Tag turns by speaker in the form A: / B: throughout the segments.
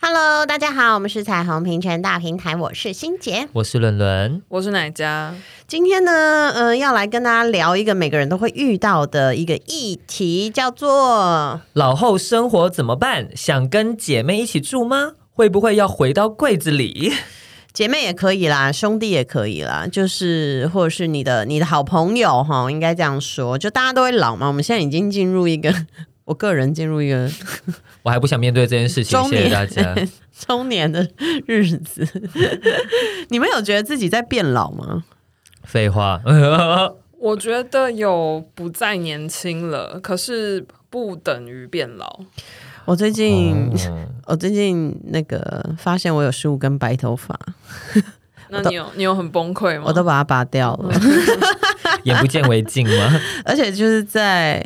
A: Hello，大家好，我们是彩虹平权大平台，我是欣杰。
B: 我是伦伦，
C: 我是哪家？
A: 今天呢，呃，要来跟大家聊一个每个人都会遇到的一个议题，叫做
B: 老后生活怎么办？想跟姐妹一起住吗？会不会要回到柜子里？
A: 姐妹也可以啦，兄弟也可以啦，就是或者是你的你的好朋友哈，应该这样说，就大家都会老嘛。我们现在已经进入一个， 我个人进入一个
B: 我还不想面对这件事情，
A: 中
B: 谢
A: 年
B: 谢大 家。
A: 中年的日子， 你们有觉得自己在变老吗？
B: 废话，
A: 嗯
C: 我觉得有不再年轻了，可是不等于变老。
A: 我最近、
B: 嗯
A: 我最近那个发现我有十五根白头发，
C: 那你有你有很崩溃吗？
A: 我都把它拔掉了，
B: 眼不见为净吗？
A: 而且就是在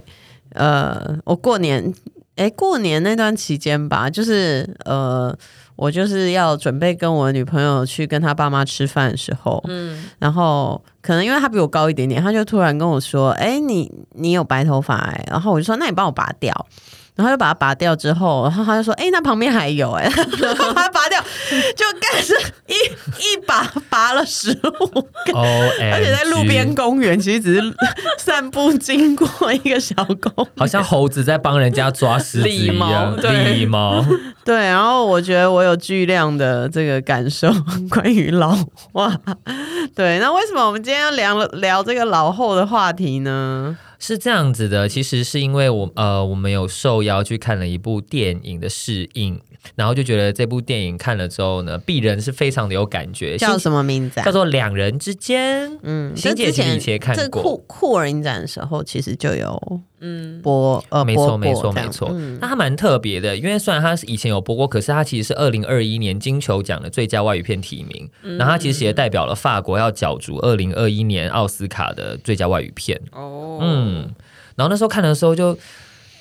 A: 呃，我过年哎、过年那段期间吧，就是呃，我就是要准备跟我女朋友去跟她爸妈吃饭的时候，
C: 嗯，
A: 然后可能因为她比我高一点点，她就突然跟我说：“哎、你你有白头发哎、然后我就说：“那你帮我拔掉。”然后就把它拔掉之后，然后她就说：“哎、那旁边还有 哎、然后把它拔掉，就干是一一拔拔了十五
B: 哦，
A: 而且在路边公园，其实只是散步经过一个小公园
B: 好像猴子在帮人家抓狮子一
C: 礼貌
B: 样，
C: 对
B: 礼貌。
A: 对，然后我觉得我有巨量的这个感受关于老化。对，那为什么我们今天要聊聊这个老后的话题呢？
B: 是这样子的，其实是因为我呃，我们有受邀去看了一部电影的试映，然后就觉得这部电影看了之后呢，鄙人是非常的有感觉，
A: 叫什
B: 么？
A: 么名字啊
B: 叫？做两人之间。
A: 嗯，
B: 欣
A: 这
B: 姐
A: 之
B: 其实
A: 前
B: 以前看
A: 这
B: 过
A: 酷酷儿影展的时候，其实就有
C: 嗯，
A: 播呃
B: 哦没
A: 播
B: 错，
A: 过
B: 没错，
A: 这样
B: 没错。
A: 嗯
B: 那它蛮特别的，因为虽然它是以前有播过，可是它其实是二零二一年金球奖的最佳外语片提名，
A: 嗯
B: 然后它其实也代表了法国要角逐二零二一年奥斯卡的最佳外语片。
C: 哦，
B: 嗯，然后那时候看的时候就，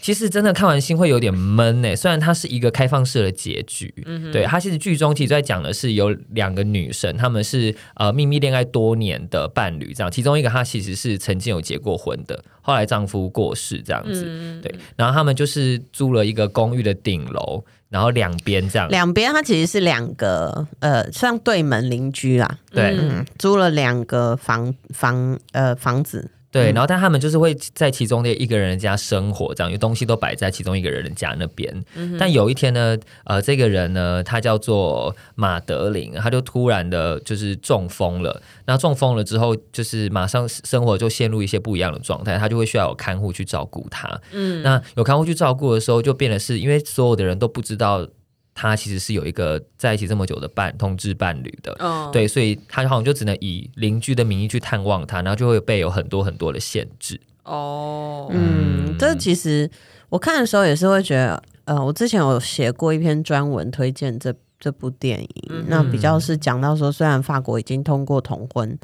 B: 其实真的看完心会有点闷呢、欸虽然它是一个开放式的结局，对，它其实剧中其实在讲的是有两个女生，她们是呃秘密恋爱多年的伴侣，这样，其中一个她其实是曾经有结过婚的，后来丈夫过世这样子，
C: 嗯
B: 对，然后她们就是租了一个公寓的顶楼，然后两边这样，
A: 两边它其实是两个呃，像对门邻居啦，
B: 对，
A: 嗯，租了两个房房呃房子，
B: 对，然后但他们就是会在其中的一个人的家生活，这样，因为东西都摆在其中一个人的家那边。但有一天呢，呃，这个人呢，他叫做马德林，他就突然的就是中风了。那中风了之后，就是马上生活就陷入一些不一样的状态，他就会需要有看护去照顾他。嗯，那有看护去照顾的时候，就变得是因为所有的人都不知道。他其实是有一个在一起这么久的伴同志伴侣的，
C: 哦，
B: 对，所以他好像就只能以邻居的名义去探望他，然后就会被有很多很多的限制。
C: 哦，
A: 嗯
B: 嗯，
A: 这其实我看的时候也是会觉得，呃，我之前有写过一篇专文推荐这这部电影，
C: 嗯
A: 那比较是讲到说，虽然法国已经通过同婚，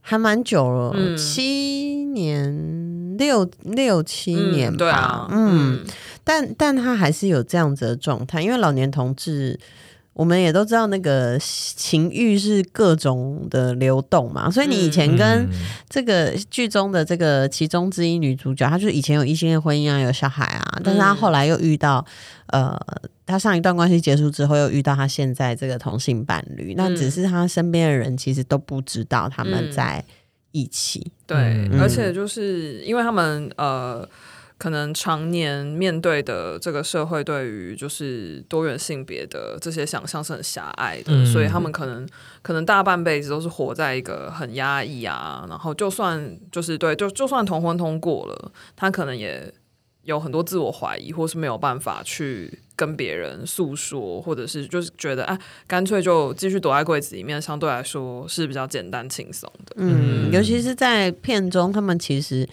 A: 还蛮久了，
C: 嗯
A: 七年六六七
C: 嗯
A: 年
C: 对
A: 吧
C: 啊，，
A: 嗯，但但他还是有这样子的状态，因为老年同志，我们也都知道那个情欲是各种的流动嘛，所以你以前跟
B: 嗯
A: 这个剧中的这个其中之一女主角，她就是以前有异性恋婚姻啊，有小孩啊，但是她后来又遇到呃，她上一段关系结束之后，又遇到她现在这个同性伴侣，那只是她身边的人其实都不知道他们
C: 嗯
A: 在一起，
C: 对，
B: 嗯
C: 而且就是因为他们呃，可能常年面对的这个社会对于就是多元性别的这些想象是很狭隘的，
B: 嗯
C: 所以他们可能可能大半辈子都是活在一个很压抑啊，然后就算就是对，就就算同婚通过了，他可能也有很多自我怀疑，或是没有办法去。跟别人诉说，或者是就是觉得，哎，干脆就继续躲在柜子里面，相对来说是比较简单轻松的。
A: 嗯，
B: 嗯
A: 尤其是在片中，他们其实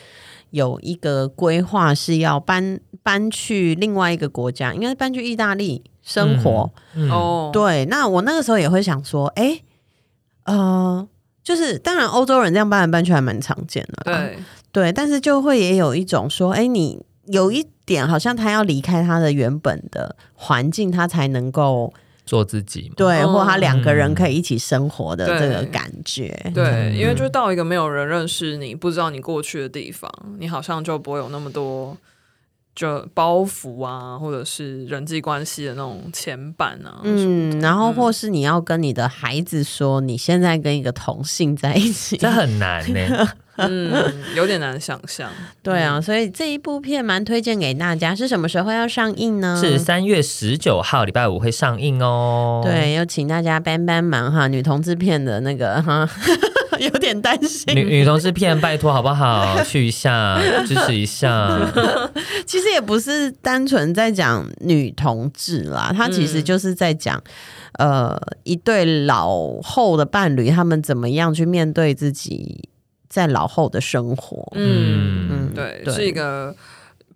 A: 有一个规划是要搬搬去另外一个国家，应该是搬去意大利生活。
B: 嗯
C: 哦，
A: 对，那我那个时候也会想说，哎、呃，就是当然欧洲人这样搬来搬去还蛮常见的啦，
C: 对，
A: 对，但是就会也有一种说，哎、你有一点好像他要离开他的原本的环境，他才能够
B: 做自己嘛。
A: 对，
C: 嗯
A: 或他两个人可以一起生活的
C: 对
A: 这个感觉。
C: 对，因为就是到一个没有人认识你、不知道你过去的地方，你好像就不会有那么多就包袱啊，或者是人际关系的那种牵绊啊。嗯，
A: 嗯，然后或是你要跟你的孩子说，你现在跟一个同性在一起，
B: 这很难呢、
C: 嗯有点难想象。
A: 对啊，所以这一部片蛮推荐给大家。是什么时候要上映
C: 嗯
A: 呢？
B: 是三月十九号礼拜五会上映哦。，
A: 对，要请大家帮帮忙哈，女同志片的那个 哈，有点担心。
B: 女女同志片，拜托好不好？去一下，支持一下。
A: 其实也不是单纯在讲女同志啦，她其实就是在讲，呃，一对老后的伴侣，他们怎么样去面对自己在老后的生活。
C: 嗯，
B: 嗯，
C: 对，
A: 对
C: 是一个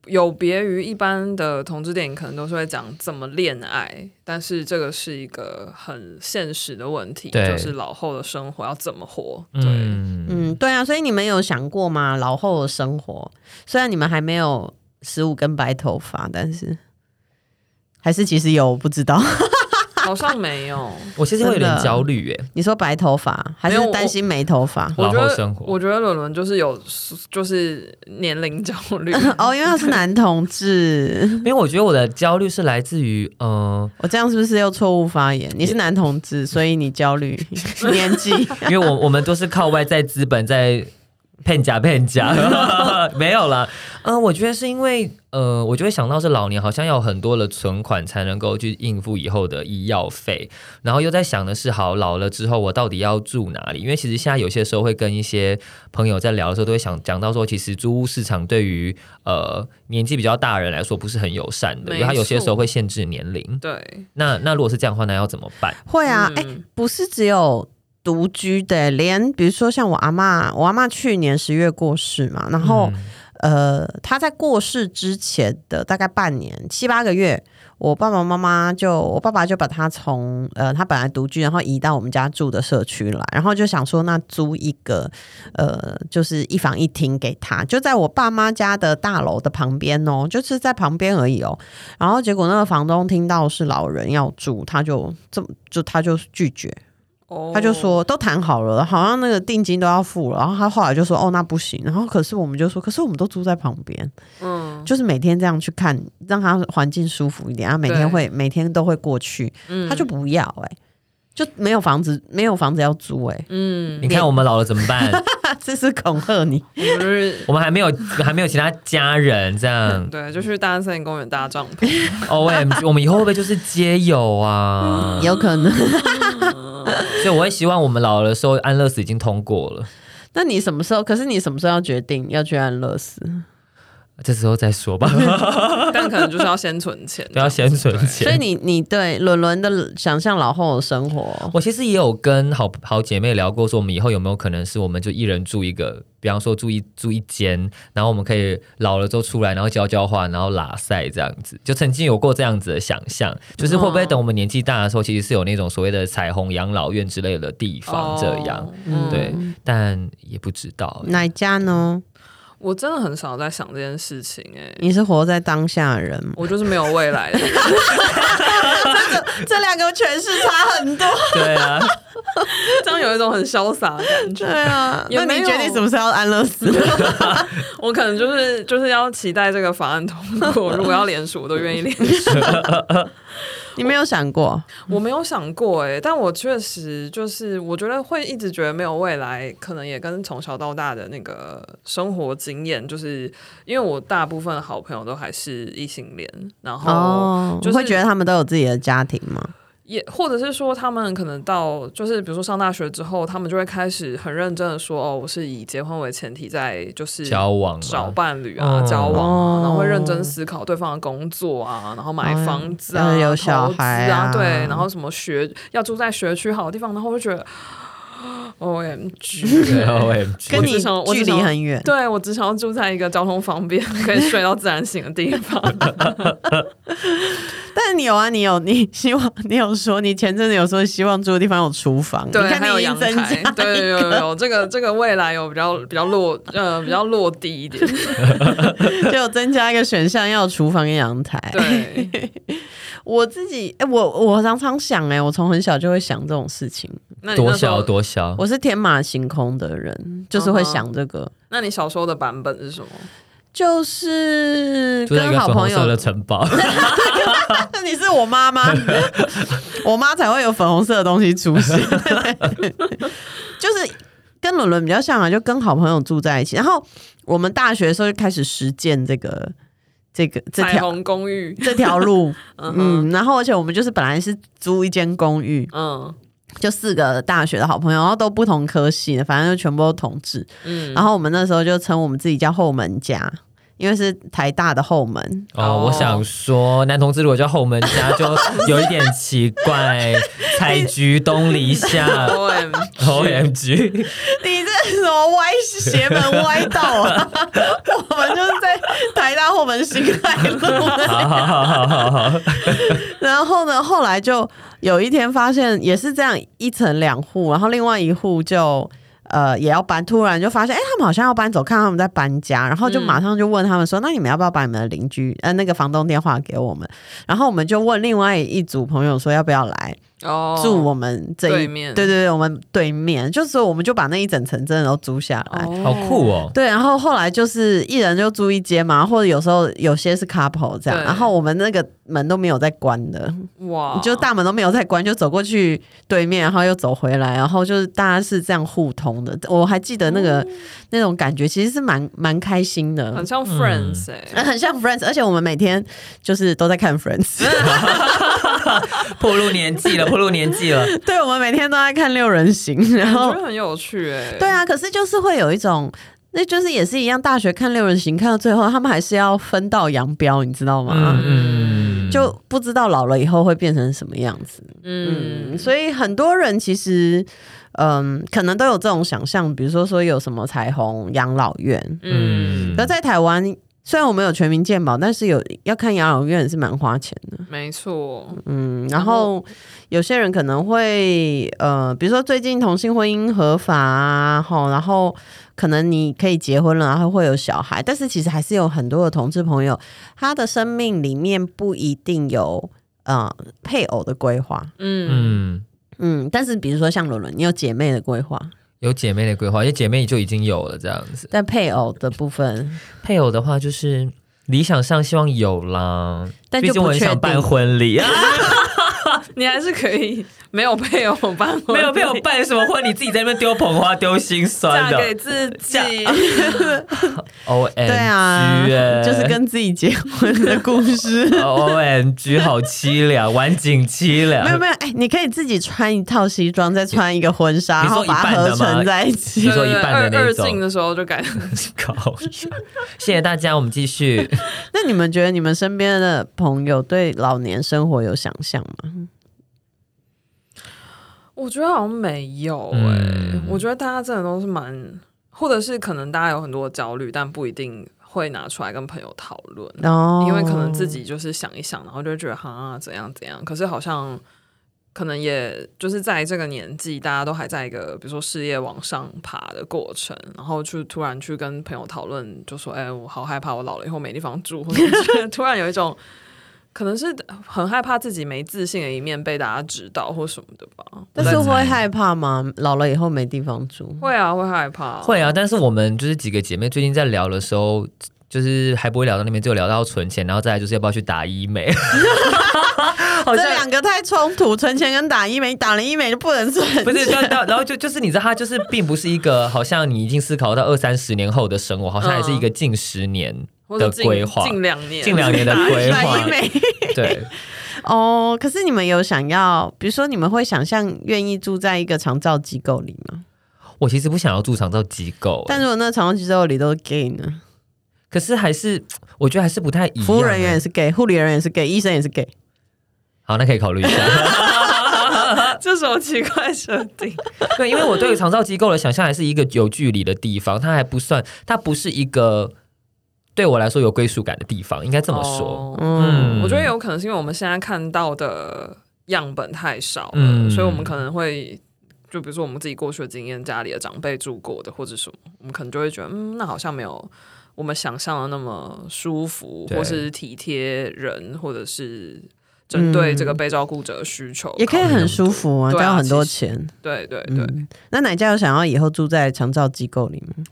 C: 有别于一般的同志电影，可能都是会讲怎么恋爱，但是这个是一个很现实的问题，
B: 对
C: 就是老后的生活要怎么活。对，
B: 嗯，
A: 嗯，对啊，所以你们有想过吗？老后的生活，虽然你们还没有十五根白头发，但是还是其实有，我不知道。
C: 好像没有。
B: 我其实会有点焦虑耶。
A: 你说白头发，还
C: 没有
A: 是
C: 我
A: 担心没头发？
C: 我
B: 老
C: 觉
B: 后
C: 得
B: 生活
C: 我觉得伦伦就是有，就是年龄焦 虑。
A: 哦，因为他是男同志，
B: 因为我觉得我的焦虑是来自于，嗯、
A: 我这样是不是又错误发言？你是男同志，所以你焦虑年纪。
B: 因为我我们都是靠外在资本在骗假骗假，没有啦。嗯、我觉得是因为，呃，我就会想到是老年好像要有很多的存款才能够去应付以后的医药费，然后又在想的是，好老了之后我到底要住哪里？因为其实现在有些时候会跟一些朋友在聊的时候，都会想讲到说，其实租屋市场对于呃年纪比较大的人来说不是很友善的，因为它有些时候会限制年龄。
C: 对，
B: 那那如果是这样的话，那要怎么办？
A: 会啊，哎、
C: 嗯
A: 不是只有独居的，连比如说像我阿嬷，我阿嬷去年十月过世嘛，然后、呃，她在过世之前的大概半年七八个月，我爸爸妈妈就我爸爸就把她从呃，她本来独居，然后移到我们家住的社区来，然后就想说那租一个呃，就是一房一厅给她，就在我爸妈家的大楼的旁边哦，就是在旁边而已哦。然后结果那个房东听到是老人要住，他就这么就他就拒绝，
C: 哦
A: 他就说都谈好了，好像那个定金都要付了，然后他后来就说哦那不行，然后可是我们就说可是我们都住在旁边，
C: 嗯
A: 就是每天这样去看，让他环境舒服一点，他每天
C: 对
A: 会每天都会过去，
C: 嗯
A: 他就不要哎、就没有房子，没有房子要租哎、
C: 嗯，
B: 你看我们老了怎么办？
A: 这是恐吓你。
C: 我们就是
B: 我们还没有还没有其他家人这样
C: 对，就去大安森林公园搭帐篷。
B: ，O M G，我们以后会不会就是街友啊？
A: 有可能。
B: 所以我会希望我们老了的时候，安乐死已经通过了，
A: 那你什么时候？可是你什么时候要决定要去安乐死？
B: 这时候再说 吧，
C: 但可能就是要先 存钱，
B: 不要先存
A: 所以
B: 钱。
A: 你你对伦伦的想象老后的生活，
B: 我其实也有跟好好姐妹聊过，说我们以后有没有可能是我们就一人住一个，比方说住一住一间，然后我们可以老了之后出来，然后交交换，然后拉塞这样子，就曾经有过这样子的想象，就是会不
A: 嗯
B: 会等我们年纪大的时候，其实是有那种所谓的彩虹养老院之类的地方这样。
C: 哦嗯
B: 对，但也不知 道。欸
A: 哪一家呢？
C: 我真的很少在想这件事情、欸，哎，
A: 你是活在当下的人吗？
C: 我就是没有未来的人，
A: 这两个诠释差很多。
B: 对啊，
C: 这样有一种很潇洒的感
A: 对
C: 觉。
A: 啊，
C: 也
A: 那
C: 没
A: 你
C: 有
A: 决定什么时候要安乐死？
C: 我可能就是就是要期待这个法案通过，如果要联署，我都愿意联署。
A: 你没有想过？
C: 我没有想过、欸，哎，但我确实就是我觉得会一直觉得没有未来，可能也跟从小到大的那个生活经验，就是因为我大部分的好朋友都还是异性恋，然后。
A: 哦，
C: 就是
A: 会觉得他们都有自己的家庭吗？
C: 也或者是说，他们可能到就是比如说上大学之后，他们就会开始很认真的说，哦，我是以结婚为前提在就是
B: 交往
C: 找
B: 嘛，
C: 伴侣啊、
B: 嗯
C: 交往啊，然后会认
A: 哦
C: 真思考对方的工作啊，然后买
A: 哎
C: 房子啊、
A: 要有
C: 投
A: 小
C: 资
A: 孩
C: 啊
A: 啊
C: 对，然后什么学要住在学区好的地方，然后我就觉得。 O M G，
B: OMG，
A: 跟你
C: 只想我只
A: 距离
C: 想
A: 很远。
C: 对我只想要住在一个交通方便、可以睡到自然醒的地方。
A: 但你有啊，你有，你希望你有说，你前阵子有说希望住的地方有厨房，
C: 对，
A: 你看
C: 还有
A: 你已经
C: 阳
A: 增
C: 台，
A: 加
C: 对，有有有，这个这个未来有比较比较落呃比较落地一点。
A: 就有增加一个 选项，要有厨房跟阳台。
C: 对，
A: 我自己，哎、我我常常想、哎，我从很小就会想这种事情。
C: 那你
B: 多
C: 那时
B: 小
C: 候？
B: 多小，
A: 我是天马行空的人，就是会
C: 嗯哼
A: 想这个，
C: 那你小时候的版本是什么？
A: 就是
B: 住在一
A: 跟
B: 个
A: 好
B: 粉红
A: 朋友
B: 色的城堡，
A: 你是我妈妈，我妈才会有粉红色的东西出现，就是跟伦伦比较像啊，就跟好朋友住在一起。然后我们大学的时候就开始实践这个这个这
C: 彩
A: 条
C: 虹公寓。
A: 这条路，
C: 嗯哼
A: 嗯，然后而且我们就是本来是租一间公寓，
C: 嗯
A: 就四个大学的好朋友，然后都不同科系的，反正就全部都同志。
C: 嗯，
A: 然后我们那时候就称我们自己叫后门家，因为是台大的后门，
B: 哦，我想说，男同志如果叫后门家，就有一点奇怪， 采菊东篱下哦
C: O M
B: ，O M G，
A: 你这什么歪邪门歪道啊？ 我们就是在台大后门新开路。
B: 好好好好好好，
A: 然后呢，后来就有一天发现也是这样，一层两户，然后另外一户就。呃，也要搬，突然就发现，哎、他们好像要搬走，看他们在搬家，然后就马上就问他们说，那你们要不要把你们的邻居，呃，那个房东电话给我们？然后我们就问另外一组朋友说，要不要来
C: 哦，
A: 住我们这一、
C: 对面
A: 对对对，我们对面，就所以我们就把那一整层真的都租下来，
B: 好酷哦！
A: 对，然后后来就是一人就住一间嘛，或者有时候有些是 couple 这样，
C: 对哦
A: 然后我们那个门都没有在关的，
C: 哇！
A: 就大门都没有在关，就走过去对面，然后又走回来，然后就是大家是这样互通的。我还记得那个、那种感觉，其实是蛮蛮开心的
C: 很。像
B: 嗯
C: Friends 哎、
A: 呃 很像 Friends，而且我们每天就是都在看 Friends，
B: 暴露年纪了，暴露年纪了，
A: 对，我们每天都在看六人行，然
C: 我
A: 后
C: 觉得很有趣哎、
A: 对啊，可是就是会有一种，那就是也是一样，大学看六人行看到最后，他们还是要分道扬镳，你知道吗？
B: 嗯嗯嗯，
A: 就不知道老了以后会变成什么样子。
C: 嗯，
A: 嗯，所以很多人其实，嗯，可能都有这种想象，比如说说有什么彩虹养老院，
C: 嗯，
A: 可在台湾。虽然我们有全民健保，但是有要看养老院也是蛮花钱的，
C: 没错，
A: 嗯，然
C: 然
A: 后有些人可能会呃，比如说最近同性婚姻合法啊，吼，然后可能你可以结婚了，然后会有小孩，但是其实还是有很多的同志朋友，他的生命里面不一定有呃配偶的规划，
C: 嗯
B: 嗯，
A: 嗯，但是比如说像伦伦，你有姐妹的规划，
B: 有姐妹的规划，因为姐妹就已经有了这样子。
A: 但配偶的 部分，
B: 配偶的话，就是理想上希望有啦，
A: 但
B: 毕
A: 就
B: 竟
A: 不
B: 我很
A: 确
B: 想办
A: 定。
B: 婚 礼 啊，
C: 你还是可以没有配偶办婚礼，
B: 没有配偶啊办什么婚礼，自己在那边丢捧花、丢心酸
C: 嫁给
B: 的。
C: 自己
B: 嫁，O M
A: 对啊
B: G，、欸、
A: 就是跟自己结 婚的故事。
B: 哦 O M G，好凄凉，晚景凄凉。
A: 没有没有，哎、你可以自己穿一套西装，再穿一个婚纱，
B: 你
A: 然
B: 说
A: 后把它
B: 一半的
A: 合成
B: 吗
A: 在一
B: 你
A: 起。
B: 说一半的
C: 对对对
B: 那
C: 二
B: 种
C: 二进的时候就改，
B: 搞笑，谢谢大家，我们继续。
A: 那你们觉得你们身边的朋友对老年生活有想象吗？
C: 我觉得好像没有哎、
B: 嗯
C: 我觉得大家真的都是蛮，或者是可能大家有很多焦虑，但不一定会拿出来跟朋友讨论，
A: 哦，
C: 因为可能自己就是想一想，然后就会觉得哈怎样怎样，可是好像。可能也就是在这个年纪，大家都还在一个比如说事业往上爬的过程，然后去突然去跟朋友讨论，就说：“哎、我好害怕，我老了以后没地方住。”或者是 突然有一种可能是很害怕自己没自信的一面被大家指导或什么的吧。
A: 但是会害怕吗？老了以后没地方住，
C: 会啊，会害怕，
B: 会啊，但是我们就是几个姐妹最近在聊的时候，就是还不会聊到那边，就聊到存钱，然后再来就是要不要去打医美。好
A: 这
B: 像
A: 两个太冲突，存钱跟打医美，打了医美就不能存钱。
B: 不是，但但然后就就是你知道，它就是并不是一个好像你已经思考到二三十年后的生活，好像还是一个近十年
C: 或者
B: 的
C: 近
B: 规划。
C: 近两年，
B: 近两 年的规
A: 打
B: 划
A: 医，美。
B: 对，
A: 哦，可是你们有想要，比如说你们会想象愿意住在一个长照机构里吗？
B: 我其实不想要住长照机构，欸
A: 但如果那长照机构里都是 gay 呢？
B: 可是还是我觉得还是不太
A: 嗯
B: 一样。欸
A: 服务人员也是 gay，护理人员也是 gay，医生也是 gay。
B: 好，那可以考虑一下。
C: 这种奇怪设定，
B: 对，因为我对于长照机构的想象还是一个有距离的地方，它还不算，它不是一个对我来说有归属感的地方，应该这么说。
C: 哦
A: 嗯，
B: 嗯
C: 我觉得有可能是因为我们现在看到的样本太少了，
B: 嗯
C: 所以我们可能会。就比如说我们自己过去的经验，家里的长辈住过的或者什么，我们可能就会觉得，嗯，那好像没有我们想象的那么舒服，
B: 对
C: 或是体贴人，或者是针对这个被照顾者的需求，
A: 嗯也可以
C: 考虑
A: 很舒服啊，
C: 对啊
A: 交很多
C: 其
A: 钱。
C: 对对对，
A: 嗯，那奶家有想要以后住在长照机构里吗？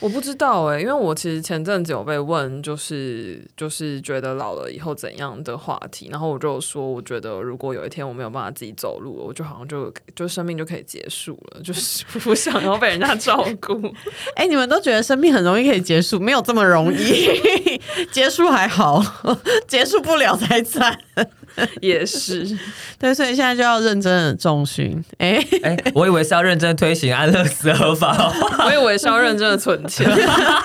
C: 我不知道哎、因为我其实前阵子有被问，就是就是觉得老了以后怎样的话题，然后我就有说，我觉得如果有一天我没有办法自己走路了，我就好像就就生命就可以结束了， 就是不想要被人家照顾。
A: 哎、你们都觉得生命很容易可以结束，没有这么容易， 结束还好，结束不了才惨。
C: 也是，
A: 对，所以现在就要认真的重训。哎、
B: 哎、我以为是要认真推行安乐死合 法，
C: 我以为是要认真的存钱，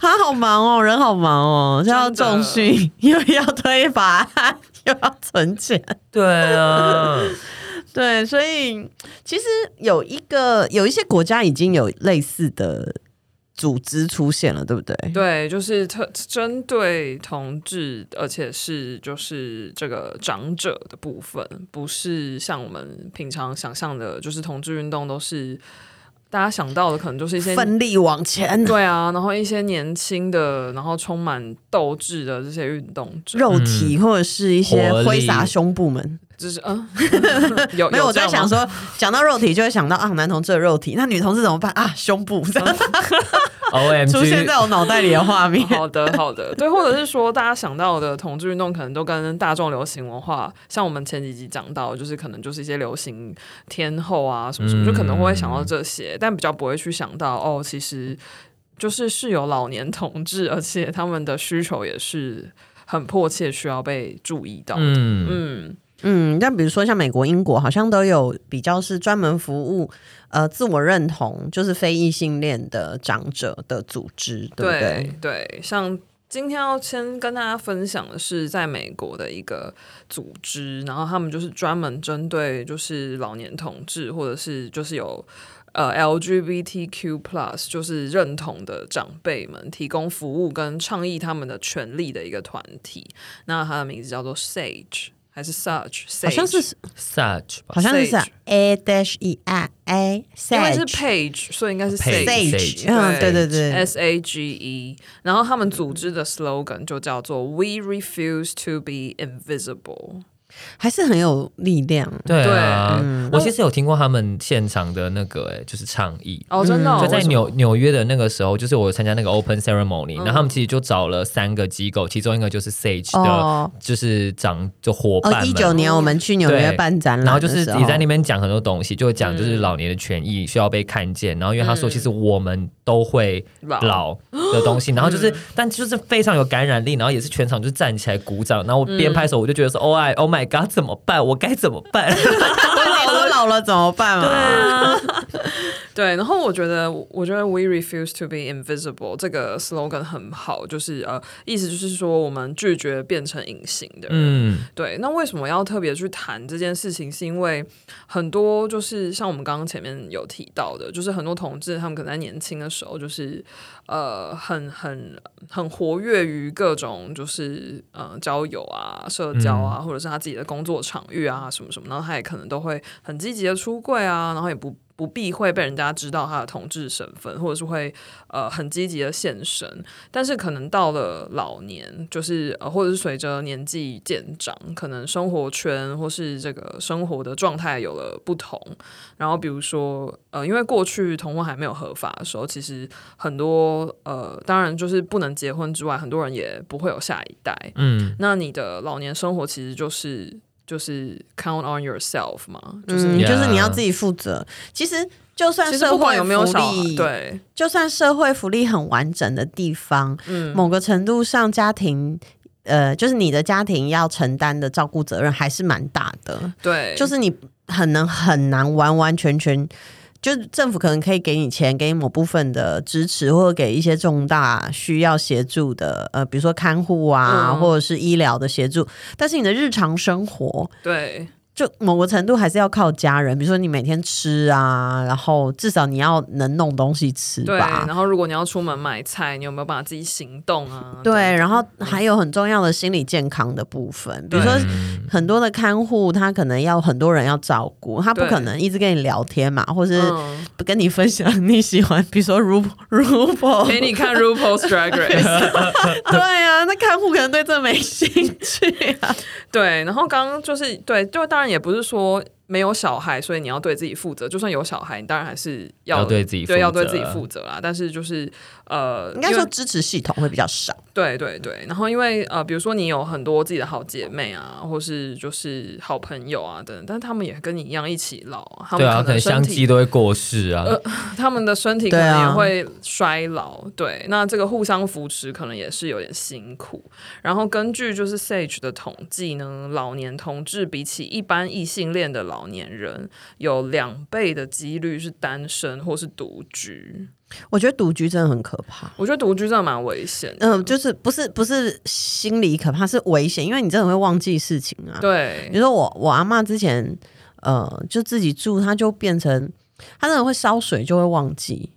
A: 他好忙哦，人好忙哦，又要重训，又要推法案，又要存钱。
B: 对 啊，
A: 对，所以其实有一个有一些国家已经有类似的组织出现了，对不对？
C: 对，就是特针对同志，而且是就是这个长者的部分，不是像我们平常想象的，就是同志运动都是大家想到的，可能就是一些
A: 奋力往前，
C: 对啊，然后一些年轻的，然后充满斗志的这些运动者，
A: 肉体或者是一些
B: 活力
A: 挥洒胸部们。
C: 就是 嗯，有
A: 没有，我在想，
C: 这样吗。
A: 说，讲到肉体就会想到啊，男同志的肉体，那女同志怎么办啊？胸部
B: O M
A: 出现
B: G，
A: 在我脑袋里的画面
C: 好的好的，对，或者是说大家想到的同志运动，可能都跟大众流行文化，像我们前几集讲到，就是可能就是一些流行天后啊什么什么，就可能会想到这些，但比较不会去想到哦，其实就是是有老年同志，而且他们的需求也是很迫切，需要被注意到的。
B: 嗯，
C: 嗯
A: 嗯，但比如说像美国、英国，好像都有比较是专门服务呃自我认同，就是非异性恋的长者的组织，对不对？
C: 对，像今天要先跟大家分享的是在美国的一个组织，然后他们就是专门针对就是老年同志或者是就是有。呃，LGBTQ plus 就是认同的长辈们提供服务跟倡议他们的权利的一个团体，那它的名字叫做 Sage 还是 Such？
A: 好像是
B: such 吧
A: 好像是
C: Sage
A: A dash E R A，
C: 因为是
A: Sage
C: Page，所以应该是
B: Page
C: Sage。呃
A: Sage，嗯，对对对，
C: S A G E，然后他们组织的 slogan 就叫做 “We refuse to be invisible”。
A: 还是很有力量。
B: 对啊
C: 对
B: 我其实有听过他们现场的那个、哎，就是倡议。
C: 哦，真的、哦
B: 就在
C: 为什么
B: 纽纽约的那个时候，就是我参加那个 open ceremony，、然
C: 嗯
B: 后他们其实就找了三个机构，其中一个就是 Sage 的，
A: 哦
B: 就是长就伙伴
A: 哦，
B: 们。
A: 一九年我们去纽约
B: 对
A: 办展览的时
B: 然后
A: 候，
B: 就是你在那 边讲很多东西，就会讲就是老年的权益需要被看见。然后因为他说，
C: 嗯
B: 其实我们都会
C: 老
B: 老的东西。然后就是，但就是非常有感染力，然后也是全场就站起来鼓掌。然后我边拍手，我就觉得说，Oh I Oh my God，怎么办？我该怎么办？
A: 我老了，老了怎么办啊嘛？
C: 对，然后我觉得，我觉得 “We refuse to be invisible” 这个 slogan 很好，就是呃，意思就是说我们拒绝变成隐形的人。
B: 嗯，
C: 对，那为什么要特别去谈这件事情？是因为很多就是像我们刚刚前面有提到的，就是很多同志他们可能在年轻的时候，就是呃，很很很活跃于各种就是呃交友啊、社交啊，或者是他自己的工作场域啊什么什么，然后他也可能都会很积极的出柜啊，然后也不。不避讳被人家知道他的同志身份，或者是会呃很积极的现身，但是可能到了老年，就是呃，或者是随着年纪渐长，可能生活圈或是这个生活的状态有了不同。然后比如说，呃，因为过去同婚还没有合法的时候，其实很多呃，当然就是不能结婚之外，很多人也不会有下一代。
B: 嗯，
C: 那你的老年生活其实就是就是 count on yourself 嘛，就是、
A: 嗯，
B: Yeah
A: 就是你要自己负责。其实就算
C: 其实
A: 社
C: 不
A: 会
C: 管有没有
A: 福
C: 小孩，
A: 利，，
C: 对，
A: 就算社会福利很完整的地方，
C: 嗯，
A: 某个程度上家庭。呃，就是你的家庭要承担的照顾责任还是蛮大的，
C: 对，
A: 就是你很能很难完完全全，就是政府可能可以给你钱，给你某部分的支持，或者给一些重大需要协助的，呃，比如说看护啊，
C: 嗯
A: 或者是医疗的协助，但是你的日常生活，
C: 对。
A: 就某个程度还是要靠家人，比如说你每天吃啊，然后至少你要能弄东西吃
C: 对，
A: 吧。
C: 然后如果你要出门买菜，你有没有办法自己行动啊？
A: 对，然后还有很重要的心理健康的部分，比如说
B: 嗯
A: 很多的看护，他可能要很多人要照顾，他不
C: 对
A: 可能一直跟你聊天嘛，或是
C: 嗯，
A: 跟你分享你喜欢，比如说如 如否，
C: 陪你 看 RuPaul's Drag Race。
A: 对啊，那看护可能对这没兴趣啊。
C: 对，然后刚刚就是对，就当然也不是说没有小孩，所以你要对自己负责。就算有小孩，你当然还是
B: 要对自己负
C: 对要对
B: 责
C: 自己负责啦。但是就是呃，
A: 应该
C: 因为
A: 说支持系统会比较少，
C: 对对对，然后因为呃，比如说你有很多自己的好姐妹啊，或是就是好朋友啊等等，但是他们也跟你一样一起老啊，他
B: 对
C: 们
B: 啊，可
C: 能
B: 能
C: 身
B: 相
C: 体呃
B: 继都会过世啊。
C: 他们的身体可
A: 对
C: 能
A: 啊
C: 也会衰老，对那这个互相扶持可能也是有点辛苦。然后根据就是 Sage 的统计呢，老年同志比起一般异性恋的老年人，有两倍的几率是单身或是独居。
A: 我觉得独居真的很可怕。
C: 我觉得独居真的蛮危险的，
A: 嗯、就是不是不是心理可怕，是危险，因为你真的会忘记事情啊。比
C: 对
A: 如说我我阿妈之前呃就自己住，她就变成她真的会烧水就会忘记，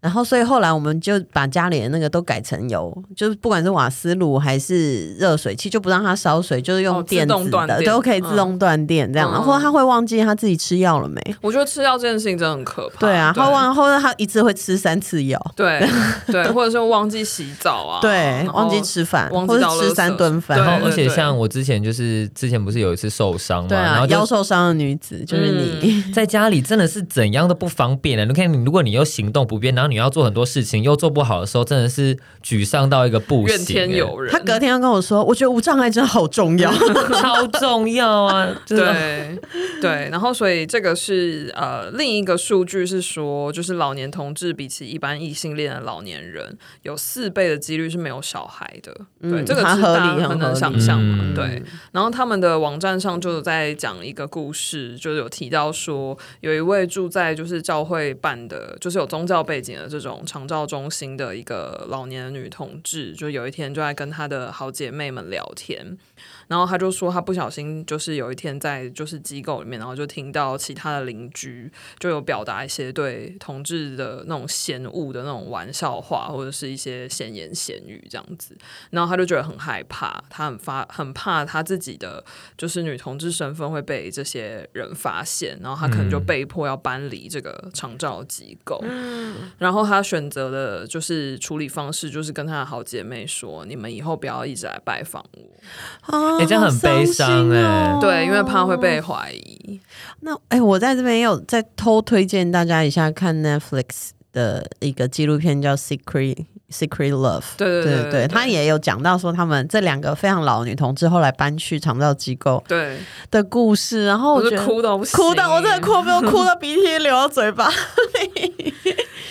A: 然后所以后来我们就把家里的那个都改成油，就是不管是瓦斯炉还是热水器，就不让她烧水，就是
C: 哦
A: 用
C: 自
A: 电
C: 动
A: 子
C: 断
A: 的，
C: 电
A: 都可以自动断电这样。
C: 嗯
A: 或者她会忘记她自己吃药了没？
C: 我觉得吃药这件事情真的很可怕。
A: 对啊，她忘，或者她一次会吃三次药。
C: 对对，或者是忘记洗澡啊，
A: 对
C: 然，后
A: 忘记吃饭，
C: 忘记
A: 或者
C: 倒垃圾
A: 吃三顿饭，
C: 对
B: 然后，而且
C: 对
B: 像我之前就是之前不是有一次受伤嘛，
A: 对
B: 然
A: 啊
B: 后，就
A: 腰受伤的女子就是你，
B: 在家里真的是怎样都不方便的。你看，你如果你又行动不便，然后你要做很多事情又做不好的时候，真的是沮丧到一个不行、欸
C: 怨天尤人。
A: 她隔天要跟我说，我觉得无障碍真的好重要。
B: 哎 超重要啊！ 真的
C: 对对，然后所以这个是呃另一个数据是说，就是老年同志比起一般异性恋的老年人，有四倍的几率是没有小孩的。对，
A: 嗯
C: 这个
A: 还
C: 是
A: 合
C: 大
A: 理
C: 家很
A: 很合
C: 能
A: 理
C: 想象嘛。
B: 嗯
C: 对，然后他们的网站上就有在讲一个故事，就是有提到说，有一位住在就是教会办的，就是有宗教背景的这种长照中心的一个老年女同志，就有一天就在跟她的好姐妹们聊天，然后她就说她不小心就是有一天在就是机构里面，然后就听到其他的邻居就有表达一些对同志的那种嫌恶的那种玩笑话，或者是一些闲言闲语这样子，然后她就觉得很害怕，她很发很怕她自己的就是女同志身份会被这些人发现，然后她可能就
B: 嗯
C: 被迫要搬离这个长照机构。
A: 嗯
C: 然后她选择的就是处理方式，就是跟她的好姐妹说：“你们以后不要一直来拜访我，
A: 啊
B: 欸这样很悲伤欸
A: 好伤心哦
C: 对，因为怕会被怀疑。
A: 那哎、我在这边也有再偷推荐大家一下看 Netflix 的一个纪录片，叫《Secret Secret Love》。
C: 对”对
A: 对
C: 对
A: 对对，他也有讲到说，他们这两个非常老的女同志后来搬去长照机构
C: 对，
A: 的故事，然后
C: 我
A: 我觉
C: 就
A: 得
C: 哭到不行，
A: 哭到我真的哭，没有哭到鼻涕流到嘴 巴。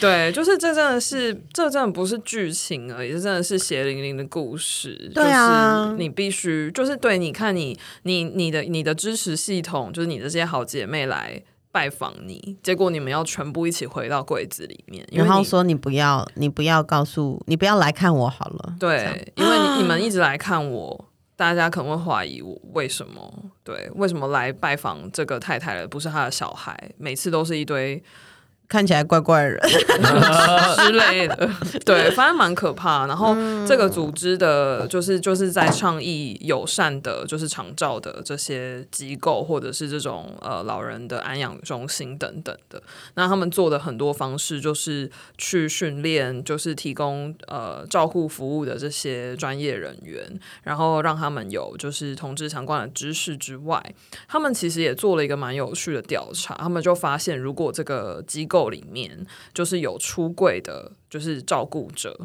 C: 对，就是这真的是，这真的不是剧情而已，这真的是血淋淋的故事。
A: 对啊
C: 就是你必须，就是对，你看你你你的你的支持系统，就是你的这些好姐妹来拜访你，结果你们要全部一起回到柜子里面，因为
A: 然后
C: 你
A: 说你不要，你不要告诉，你不要来看我好了。这样啊
C: 对，因为你你们一直来看我，大家可能会怀疑我为什么对，为什么来拜访这个太太的不是她的小孩，每次都是一堆
A: 看起来怪怪的人。
C: 之类的， 对，反正蛮可怕。然后这个组织的，就是就是在倡议友善的，就是长照的这些机构，或者是这种呃老人的安养中心等等的。那他们做的很多方式，就是去训练，就是提供呃照护服务的这些专业人员，然后让他们有就是同志相关的知识之外，他们其实也做了一个蛮有趣的调查，他们就发现，如果这个机构里面就是有出柜的，就是照顾者，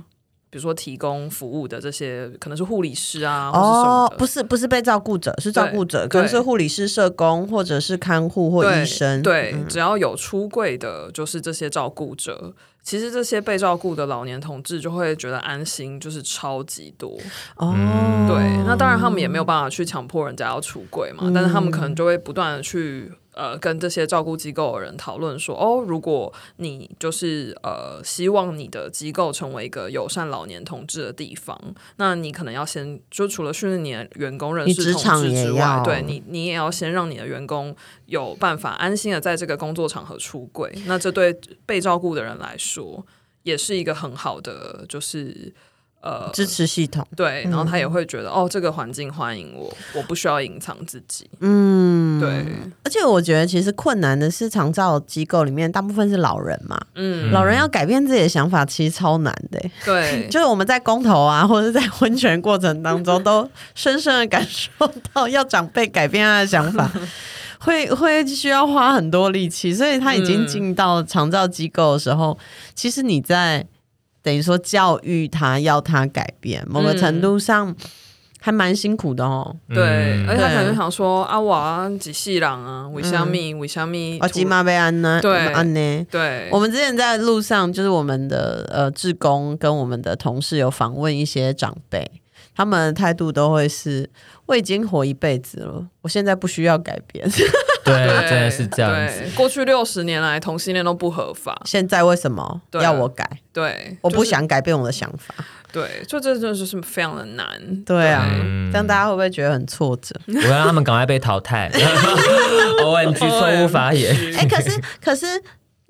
C: 比如说提供服务的这些，可能是护理师啊，或是什么
A: 哦
C: 的，，
A: 不是不是被照顾者，是照顾者，
C: 对
A: 可能是护理师、社工或者是看护或
C: 对
A: 医生。嗯
C: 对，只要有出柜的，就是这些照顾者。其实这些被照顾的老年同志就会觉得安心，就是超级多。
A: 哦，
C: 嗯
A: 嗯
C: 对，那当然他们也没有办法去强迫人家要出柜嘛，但是他们可能就会不断的去。呃跟这些照顾机构的人讨论说，哦，如果你就是呃希望你的机构成为一个友善老年同志的地方，那你可能要先就除了训练你的员工认
A: 你
C: 识
A: 职
C: 同
A: 场
C: 志
A: 也
C: 之外
A: 要，
C: 对你你也要先让你的员工有办法安心的在这个工作场合出柜。那这对被照顾的人来说，也是一个很好的就是。呃，
A: 支持系统，
C: 对，然后他也
A: 嗯
C: 会觉得、哦，这个环境欢迎我，我不需要隐藏自己。
A: 嗯，
C: 对，
A: 而且我觉得其实困难的是，长照机构里面大部分是老人嘛，
C: 嗯，
A: 老人要改变自己的想法其实超难的、欸
C: 对，
A: 就是我们在公投啊，或者是在温泉过程当中，都深深的感受到要长辈改变他的 想法，会会需要花很多力气。所以他已经进到长照机构的时候，其实你在等于说教育他，要他改变，某
C: 嗯
A: 个程度上还蛮辛苦的哦。
C: 对，
B: 嗯
C: 哎而且他可能
A: 对
C: 就想说啊，我啊几细郎啊，为虾米，为虾米，
A: 啊，吉玛贝安呢？
C: 对
A: 安呢？
C: 对，
A: 我们之前在路上，就是我们的呃志工跟我们的同事有访问一些长辈，他们的态度都会是：我已经活一辈子了，我现在不需要改变，
B: 对，
C: 对
B: 真的是这样子。
C: 对，过去六十年来，同性恋都不合法。
A: 现在为什么
C: 对啊
A: 要我改？
C: 对，
A: 我
C: 就
A: 不
C: 是。
A: 想改变我的想法。
C: 对，就这真的就是非常的难。
A: 对啊，
B: 嗯
A: 这样大家会不会觉得很挫折？
B: 我要让他们赶快被淘汰。O N G 错误发言，
A: 哎、可是可是。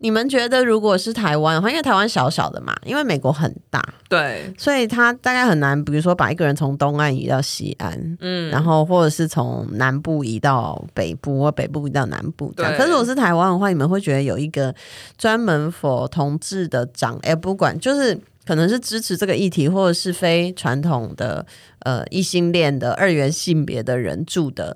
A: 你们觉得，如果是台湾的话，因为台湾小小的嘛，因为美国很大，
C: 对，
A: 所以它大概很难，比如说把一个人从东岸移到西岸，
C: 嗯，
A: 然后或者是从南部移到北部，或北部移到南部这样。
C: 对
A: 可是我是台湾的话，你们会觉得有一个专门 for 同志的长，哎、不管就是。可能是支持这个议题，或者是非传统的呃异性恋的二元性别的人住的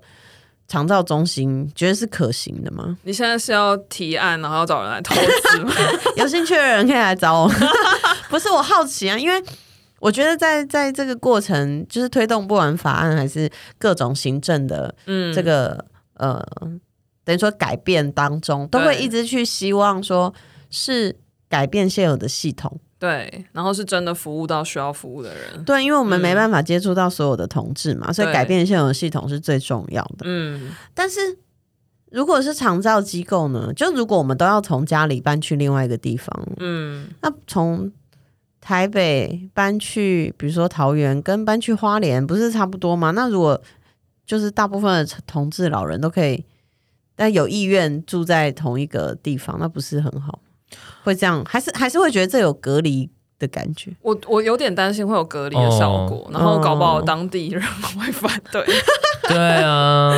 A: 长照中心，觉得是可行的吗？
C: 你现在是要提案，然后要找人来投资吗？
A: 有兴趣的人可以来找我。 不是我好奇啊，因为我觉得在在这个过程，就是推动不完法案还是各种行政的
C: 嗯，
A: 这个呃，等于说改变当中，都会
C: 对
A: 一直去希望说是改变现有的系统。
C: 对，然后是真的服务到需要服务的人。
A: 对，因为我们
C: 嗯
A: 没办法接触到所有的同志嘛，所以
C: 对
A: 改变现有的系统是最重要的。
C: 嗯，
A: 但是如果是长照机构呢，就如果我们都要从家里搬去另外一个地方，
C: 嗯，
A: 那从台北搬去，比如说桃园，跟搬去花莲，不是差不多吗？那如果就是大部分的同志老人都可以，但有意愿住在同一个地方，那不是很好吗？会这样，还是还是会觉得这有隔离的感觉？
C: 我我有点担心会有隔离的效果，然后搞不好
A: 哦
C: 当地人 会反对。
B: 对啊，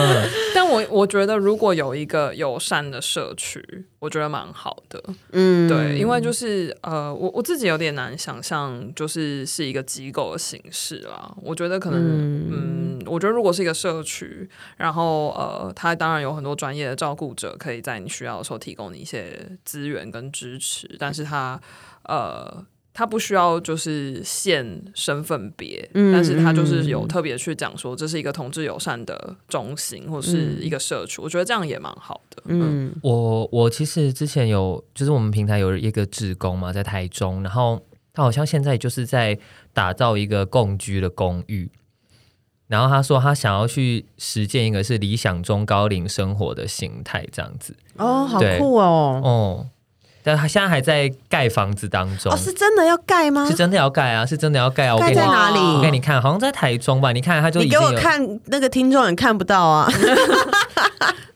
C: 但我我觉得如果有一个友善的社区，我觉得蛮好的。
A: 嗯，
C: 对，因为就是呃，我我自己有点难想象，就是是一个机构的形式啦。我觉得可能，嗯我觉得如果是一个社区，然后呃，它当然有很多专业的照顾者可以在你需要的时候提供你一些资源跟支持，但是它呃。它不需要就是限身份别，
A: 嗯
C: 但是它就
A: 嗯
C: 是有特别去讲说这是一个同志友善的中心或是一个社区，我觉得这样也蛮好的。嗯
A: 嗯
B: 我我其实之前有，就是我们平台有一个志工嘛，在台中，然后他好像现在就是在打造一个共居的公寓。然后他说，他想要去实践一个是理想中高龄生活的形态，这样子。
A: 哦，好
B: 对
A: 酷哦！
B: 哦，但他现在还在盖房子当中，
A: 哦，是真的要盖吗
B: 是？真的要盖啊，是真的要盖啊！我
A: 盖
B: 给你
A: 在哪
B: 我
A: 里
B: 给？你看，好像在台中吧？你看，他就已
A: 你
B: 经
A: 给我
B: 有
A: 看那个听众也看不到啊！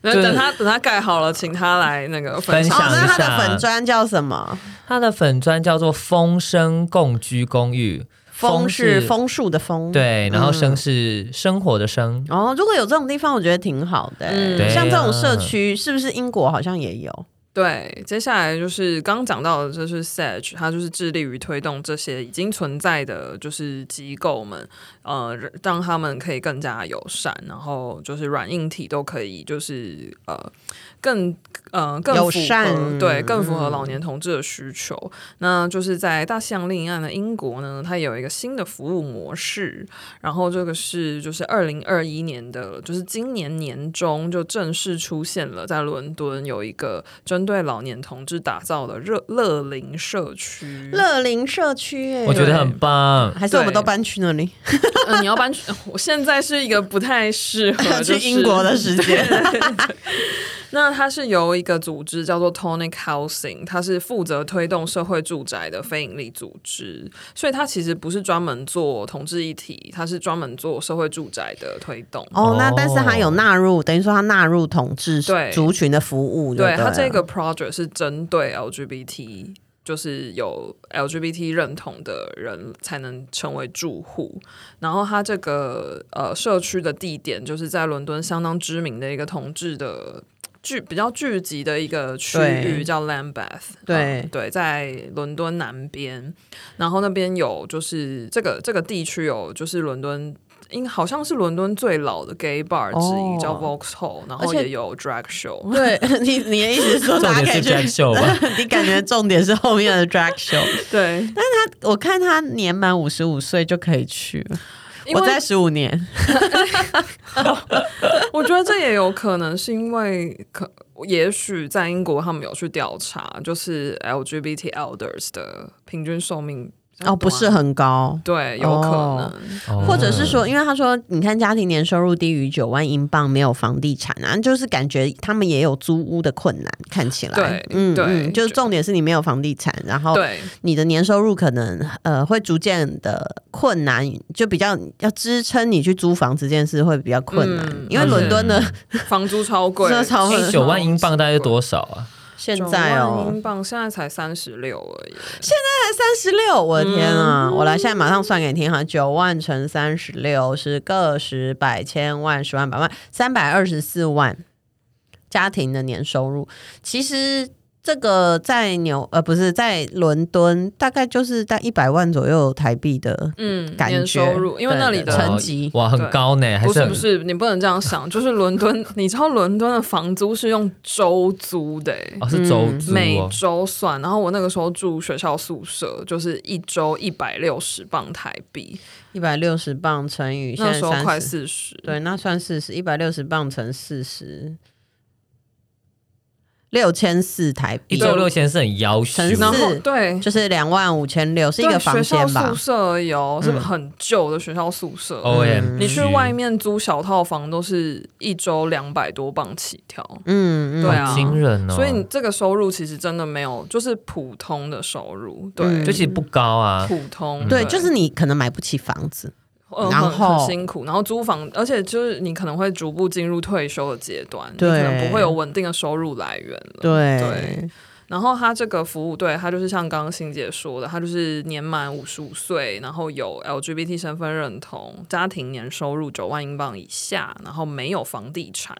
C: 那
B: 对
C: 等他等他盖好了，请他来那个分
B: 分
C: 享
B: 享
A: 哦，
B: 一
A: 那
B: 下
A: 它的粉砖叫什么？
B: 他的粉砖叫做“风声共居公寓”，
A: 枫是枫树的枫，
B: 对，然后
A: 嗯
B: 生是生活的生，
A: 哦，如果有这种地方，我觉得挺好的、欸
C: 嗯
B: 对
A: 像这种社
B: 啊
A: 区，是不是英国好像也有？
C: 对，接下来就是刚讲到的，就是 Sage，它就是致力于推动这些已经存在的就是机构们，呃，让他们可以更加友善，然后就是软硬体都可以，就是呃，更呃更
A: 友
C: 符合
A: 善
C: 对，更符合老年同志的需求。那就是在大西洋另一岸的英国呢，它有一个新的服务模式，然后这个是就是二零二一年的，就是今年年中就正式出现了，在伦敦有一个针对老年同志打造的热乐龄社区。
A: 乐龄社区、欸，
B: 我觉得
C: 对
B: 很棒。
A: 还是我们
C: 对
A: 都搬去那里，
C: 呃、你要 搬去，我现在是一个不太适合、就是、
A: 去英国的时间。
C: 那它是由一个组织叫做 Tonic Housing，它是负责推动社会住宅的非营利组织，所以它其实不是专门做同志议题，它是专门做社会住宅的推动。
A: 哦，那
B: 哦
A: 但是他有纳入，等于说他纳入统治
C: 对
A: 族群的服务就
C: 对
A: 对
C: 它
A: 了，
C: 这个 project 是针对 LGBT，就是有 LGBT 认同的人才能成为住户。然后它这个呃社区的地点就是在伦敦相当知名的一个同志的。聚比较聚集的一个区域
A: 对
C: 叫 Lambeth，
A: 对
C: 嗯对，在伦敦南边，然后那边有就是这个这个地区有就是伦敦，应好像是伦敦最老的 gay bar 之一、
A: 哦
C: 叫 Vauxhall，然
A: 而
C: 后
A: 且
C: 也有 drag show，
A: 对你你的意思是说，
B: 重
A: 大家可以
B: 点是 drag
A: 去，
B: show 吧？
A: 你感觉重点是后面的 drag show。
C: 对，
A: 我看他年满五十五岁就可以去了，
C: 因
A: 我
C: 为
A: 在十五年，
C: 我觉得这也有可能是因为可，也许在英国他们有去调查，就是 LGBT elders 的平均寿命
A: 哦，不是，很高。
C: 对，有可能。
A: 哦或者是说，因为他说，你看家庭年收入低于九万英镑，没有房地产啊，就是感觉他们也有租屋的困难，看起来。
C: 对
A: 嗯
C: 对
A: 嗯，就是
C: 就
A: 重点是你没有房地产，然后
C: 对
A: 你的年收入可能呃会逐渐的困难，就比较要支撑你去租房子这件事会比较困难，
C: 嗯
A: 因为伦敦的
C: 房租超贵，
A: 这超贵
B: 哎九万英镑大概是多少啊？
A: 现
C: 9
A: 在
C: 万
A: 哦
C: 英镑现在才三十六而已，
A: 三十六，我的天
C: 嗯
A: 啊！我来现在马上算给你听哈，九万乘三十六是个十百千万十万百万三百二十四万家庭的年收入，其实。这个在纽呃不是在伦敦，大概就是在一百万左右台币的
C: 嗯，
A: 感觉
C: 年收入，因为那里
A: 对
C: 的
A: 成。绩
B: 哇，很高呢，还是
C: 不是
B: 很
C: 不是，你不能这样想。就是伦敦，你知道伦敦的房租是用周租的、欸，
B: 哦，是周
A: 嗯
B: 租
C: 每
B: 哦，
C: 周算，然后我那个时候住学校宿舍，就是一周一百六十磅台币，
A: 一百六十磅乘以现
C: 那
A: 在
C: 时候
A: 三
C: 快
A: 十，
C: 四十。
A: 对，那算四十，一百六十磅乘四十，六千四台
B: 一
A: 币，
B: 周六千是很要求
A: 乘，
C: 然后
A: 是
C: 对，
A: 就是两万五千六，是一
C: 对
A: 个房间
C: 学校
A: 吧
C: 宿？
A: 嗯
C: 舍而已哦，是很旧的学校宿舍。
A: 哦
B: O M，
C: 你去外面租小套房都是一周两百多磅起跳，
A: 嗯，嗯
C: 对啊
B: 惊人哦，
C: 所以你这个收入其实真的没有，就是普通的收入，对，
A: 嗯
B: 就其实不高啊，
C: 普通，
A: 对，就是你可能买不起房子，
C: 呃，
A: 然
C: 很很
A: 后
C: 辛苦，然后租房，而且就是你可能会逐步进入退休的阶段，你
A: 对
C: 可能不会有稳定的收入来源了。嗯对
A: 对，
C: 然后它这个服务，对它就是像刚刚欣姐说的，它就是年满五十五岁，然后有 LGBT 身份认同，家庭年收入九万英镑以下，然后没有房地产。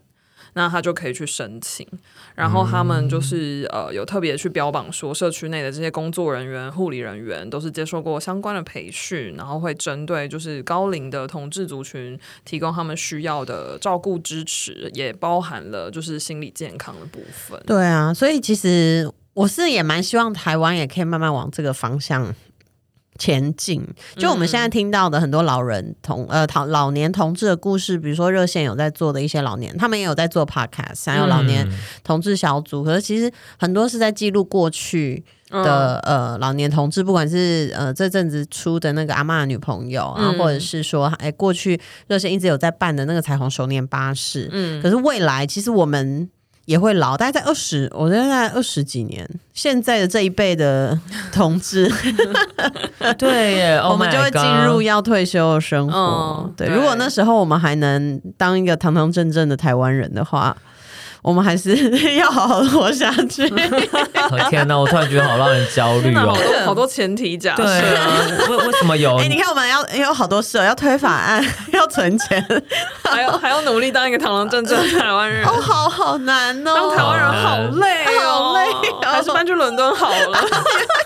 C: 那他就可以去申请，然后他们就是、呃有特别去标榜说，社区内的这些工作人员、护理人员都是接受过相关的培训，然后会针对就是高龄的同志族群提供他们需要的照顾支持，也包含了就是心理健康的部分。
A: 对啊，所以其实我是也蛮希望台湾也可以慢慢往这个方向。前进，就我们现在听到的很多老人同呃同老年同志的故事，比如说热线有在做的一些老年，他们也有在做 podcast，还有老年
B: 嗯
A: 同志小组。可是其实很多是在记录过去，
C: 嗯
A: 的、呃老年同志，不管是呃这阵子出的那个阿嬷的女朋友啊，
C: 嗯
A: 或者是说哎过去热线一直有在办的那个彩虹手链巴士，
C: 嗯，
A: 可是未来其实我们。也会老，大概在二十，我觉得在二十几年，现在的这一辈的同志，
B: 对耶，
A: 我
B: Oh
A: 们
B: my
A: 就会进
B: God
A: 入要退休的生活。
C: 嗯
A: 对，
C: 对
A: 如果那时候我们还能当一个堂堂正正的台湾人的话，我们还是 要好好地活下去。
B: 哦天哪，我突然觉得好让人焦虑
C: 天哪好
B: 哦。
A: 啊
C: 多好多前提假设，
B: 对啊，为为什么有
A: 哎、？你看我们要有好多事哦，要推法案， 要存钱，
C: 还要还要努力当一个堂堂正正的台湾人。
A: 哦，好好难哦，
C: 当台湾人好累哦，
A: 好累哦
C: 还是搬去伦敦好 了。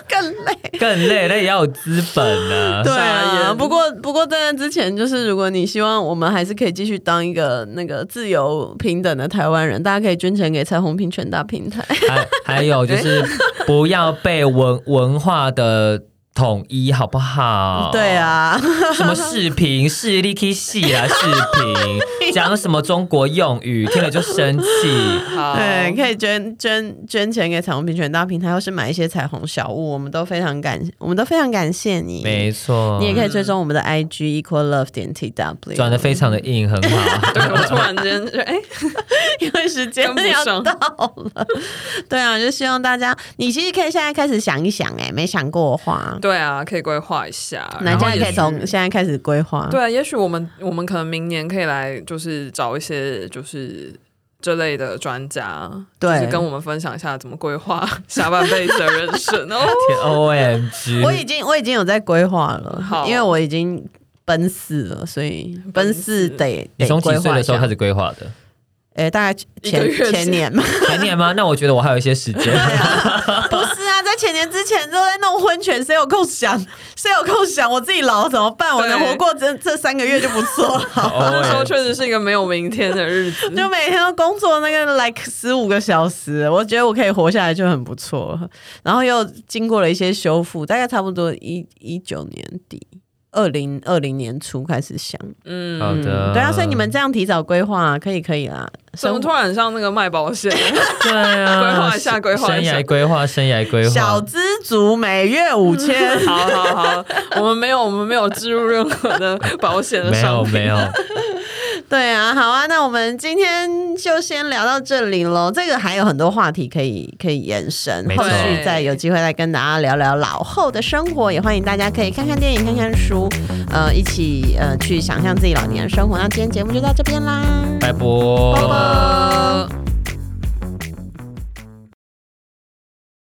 A: 更累。
B: 更累，那也要有资本呢、
A: 对
C: 傻
A: 啊，
C: 眼
A: 不过不过在那之前，就是如果你希望我们还是可以继续当一个那个自由平等的台湾人，大家可以捐钱给彩虹平权大平台。
B: 还还有就是不要被文文化的统一好不好？
A: 对，啊，
B: 什么视频、视力 K 系 啊，视频讲什么中国用语，听了就生气。
C: 好，
A: 对，可以捐捐捐钱给彩虹平权大平台，或是买一些彩虹小物，我们都非常感，我们都非常感谢你。
B: 没错，嗯
A: 你也可以追踪我们的 IG equal love 点 tw，
B: 转的非常的硬，很 好。
C: 对我突然间就哎，
A: 因为时间
C: 跟不
A: 要
C: 上
A: 到了。对啊，就希望大家，你其实可以现在开始想一想、哎，没想过的话，
C: 对啊，可以规划一下，
A: 那
C: 然后
A: 现在
C: 也
A: 可以
C: 许
A: 从现在开始规划。
C: 对啊，也许我们我们可能明年可以来，就是找一些就是这类的专家，
A: 对
C: 就是跟我们分享一下怎么规划 下半辈子的人生 哦。
B: 天 O M G！
A: 我已经我已经有在规划了，
C: 好
A: 因为我已经奔四了，所以奔四
C: 四
A: 得
B: 你
A: 得
B: 从几
A: 规
B: 岁
A: 划
B: 的
A: 一
B: 时候
A: 下
B: 开。始规划的？
A: 哎、大概
C: 一个
A: 前
C: 月
A: 前
C: 前
A: 年 嘛，
B: 前年吗？那我觉得我还有一些时间。
A: 不是啊，在前年之前都在弄婚权，谁有空想？ 谁有空想？我自己老怎么办？我能
C: 对
A: 活过这这三个月就不错了。
C: 那时候
B: OMG
C: 确实是一个没有明天的日子，
A: 就每天都工作那个 like 十五个小时，我觉得我可以活下来就很不错了。然后又经过了一些修复，大概差不多一一九年底。二零二零年初开始想，
C: 嗯，
B: 好的，
A: 对啊，所以你们这样提早规划、啊可以可以啦。
C: 怎么
A: 生
C: 突然像那个卖保险？
B: 对啊，
C: 规划一下规划
B: 生
C: 一下
B: 涯规划，生涯规划。
A: 小资族每月五千，
C: 好好好，我们没有，我们没有植入任何的保险的
B: 没
C: 商
B: 有
C: 品。
B: 没有，
C: 嗯
A: 对啊，好啊，那我们今天就先聊到这里喽。这个还有很多话题可以可以延伸
B: 没，
A: 后
B: 错
A: 续再有机会再跟大家聊聊老后的生活，也欢迎大家可以看看电影、看看书，呃，一起呃去想象自己老年的生活。那今天节目就到这边啦，
B: 拜拜。
A: 拜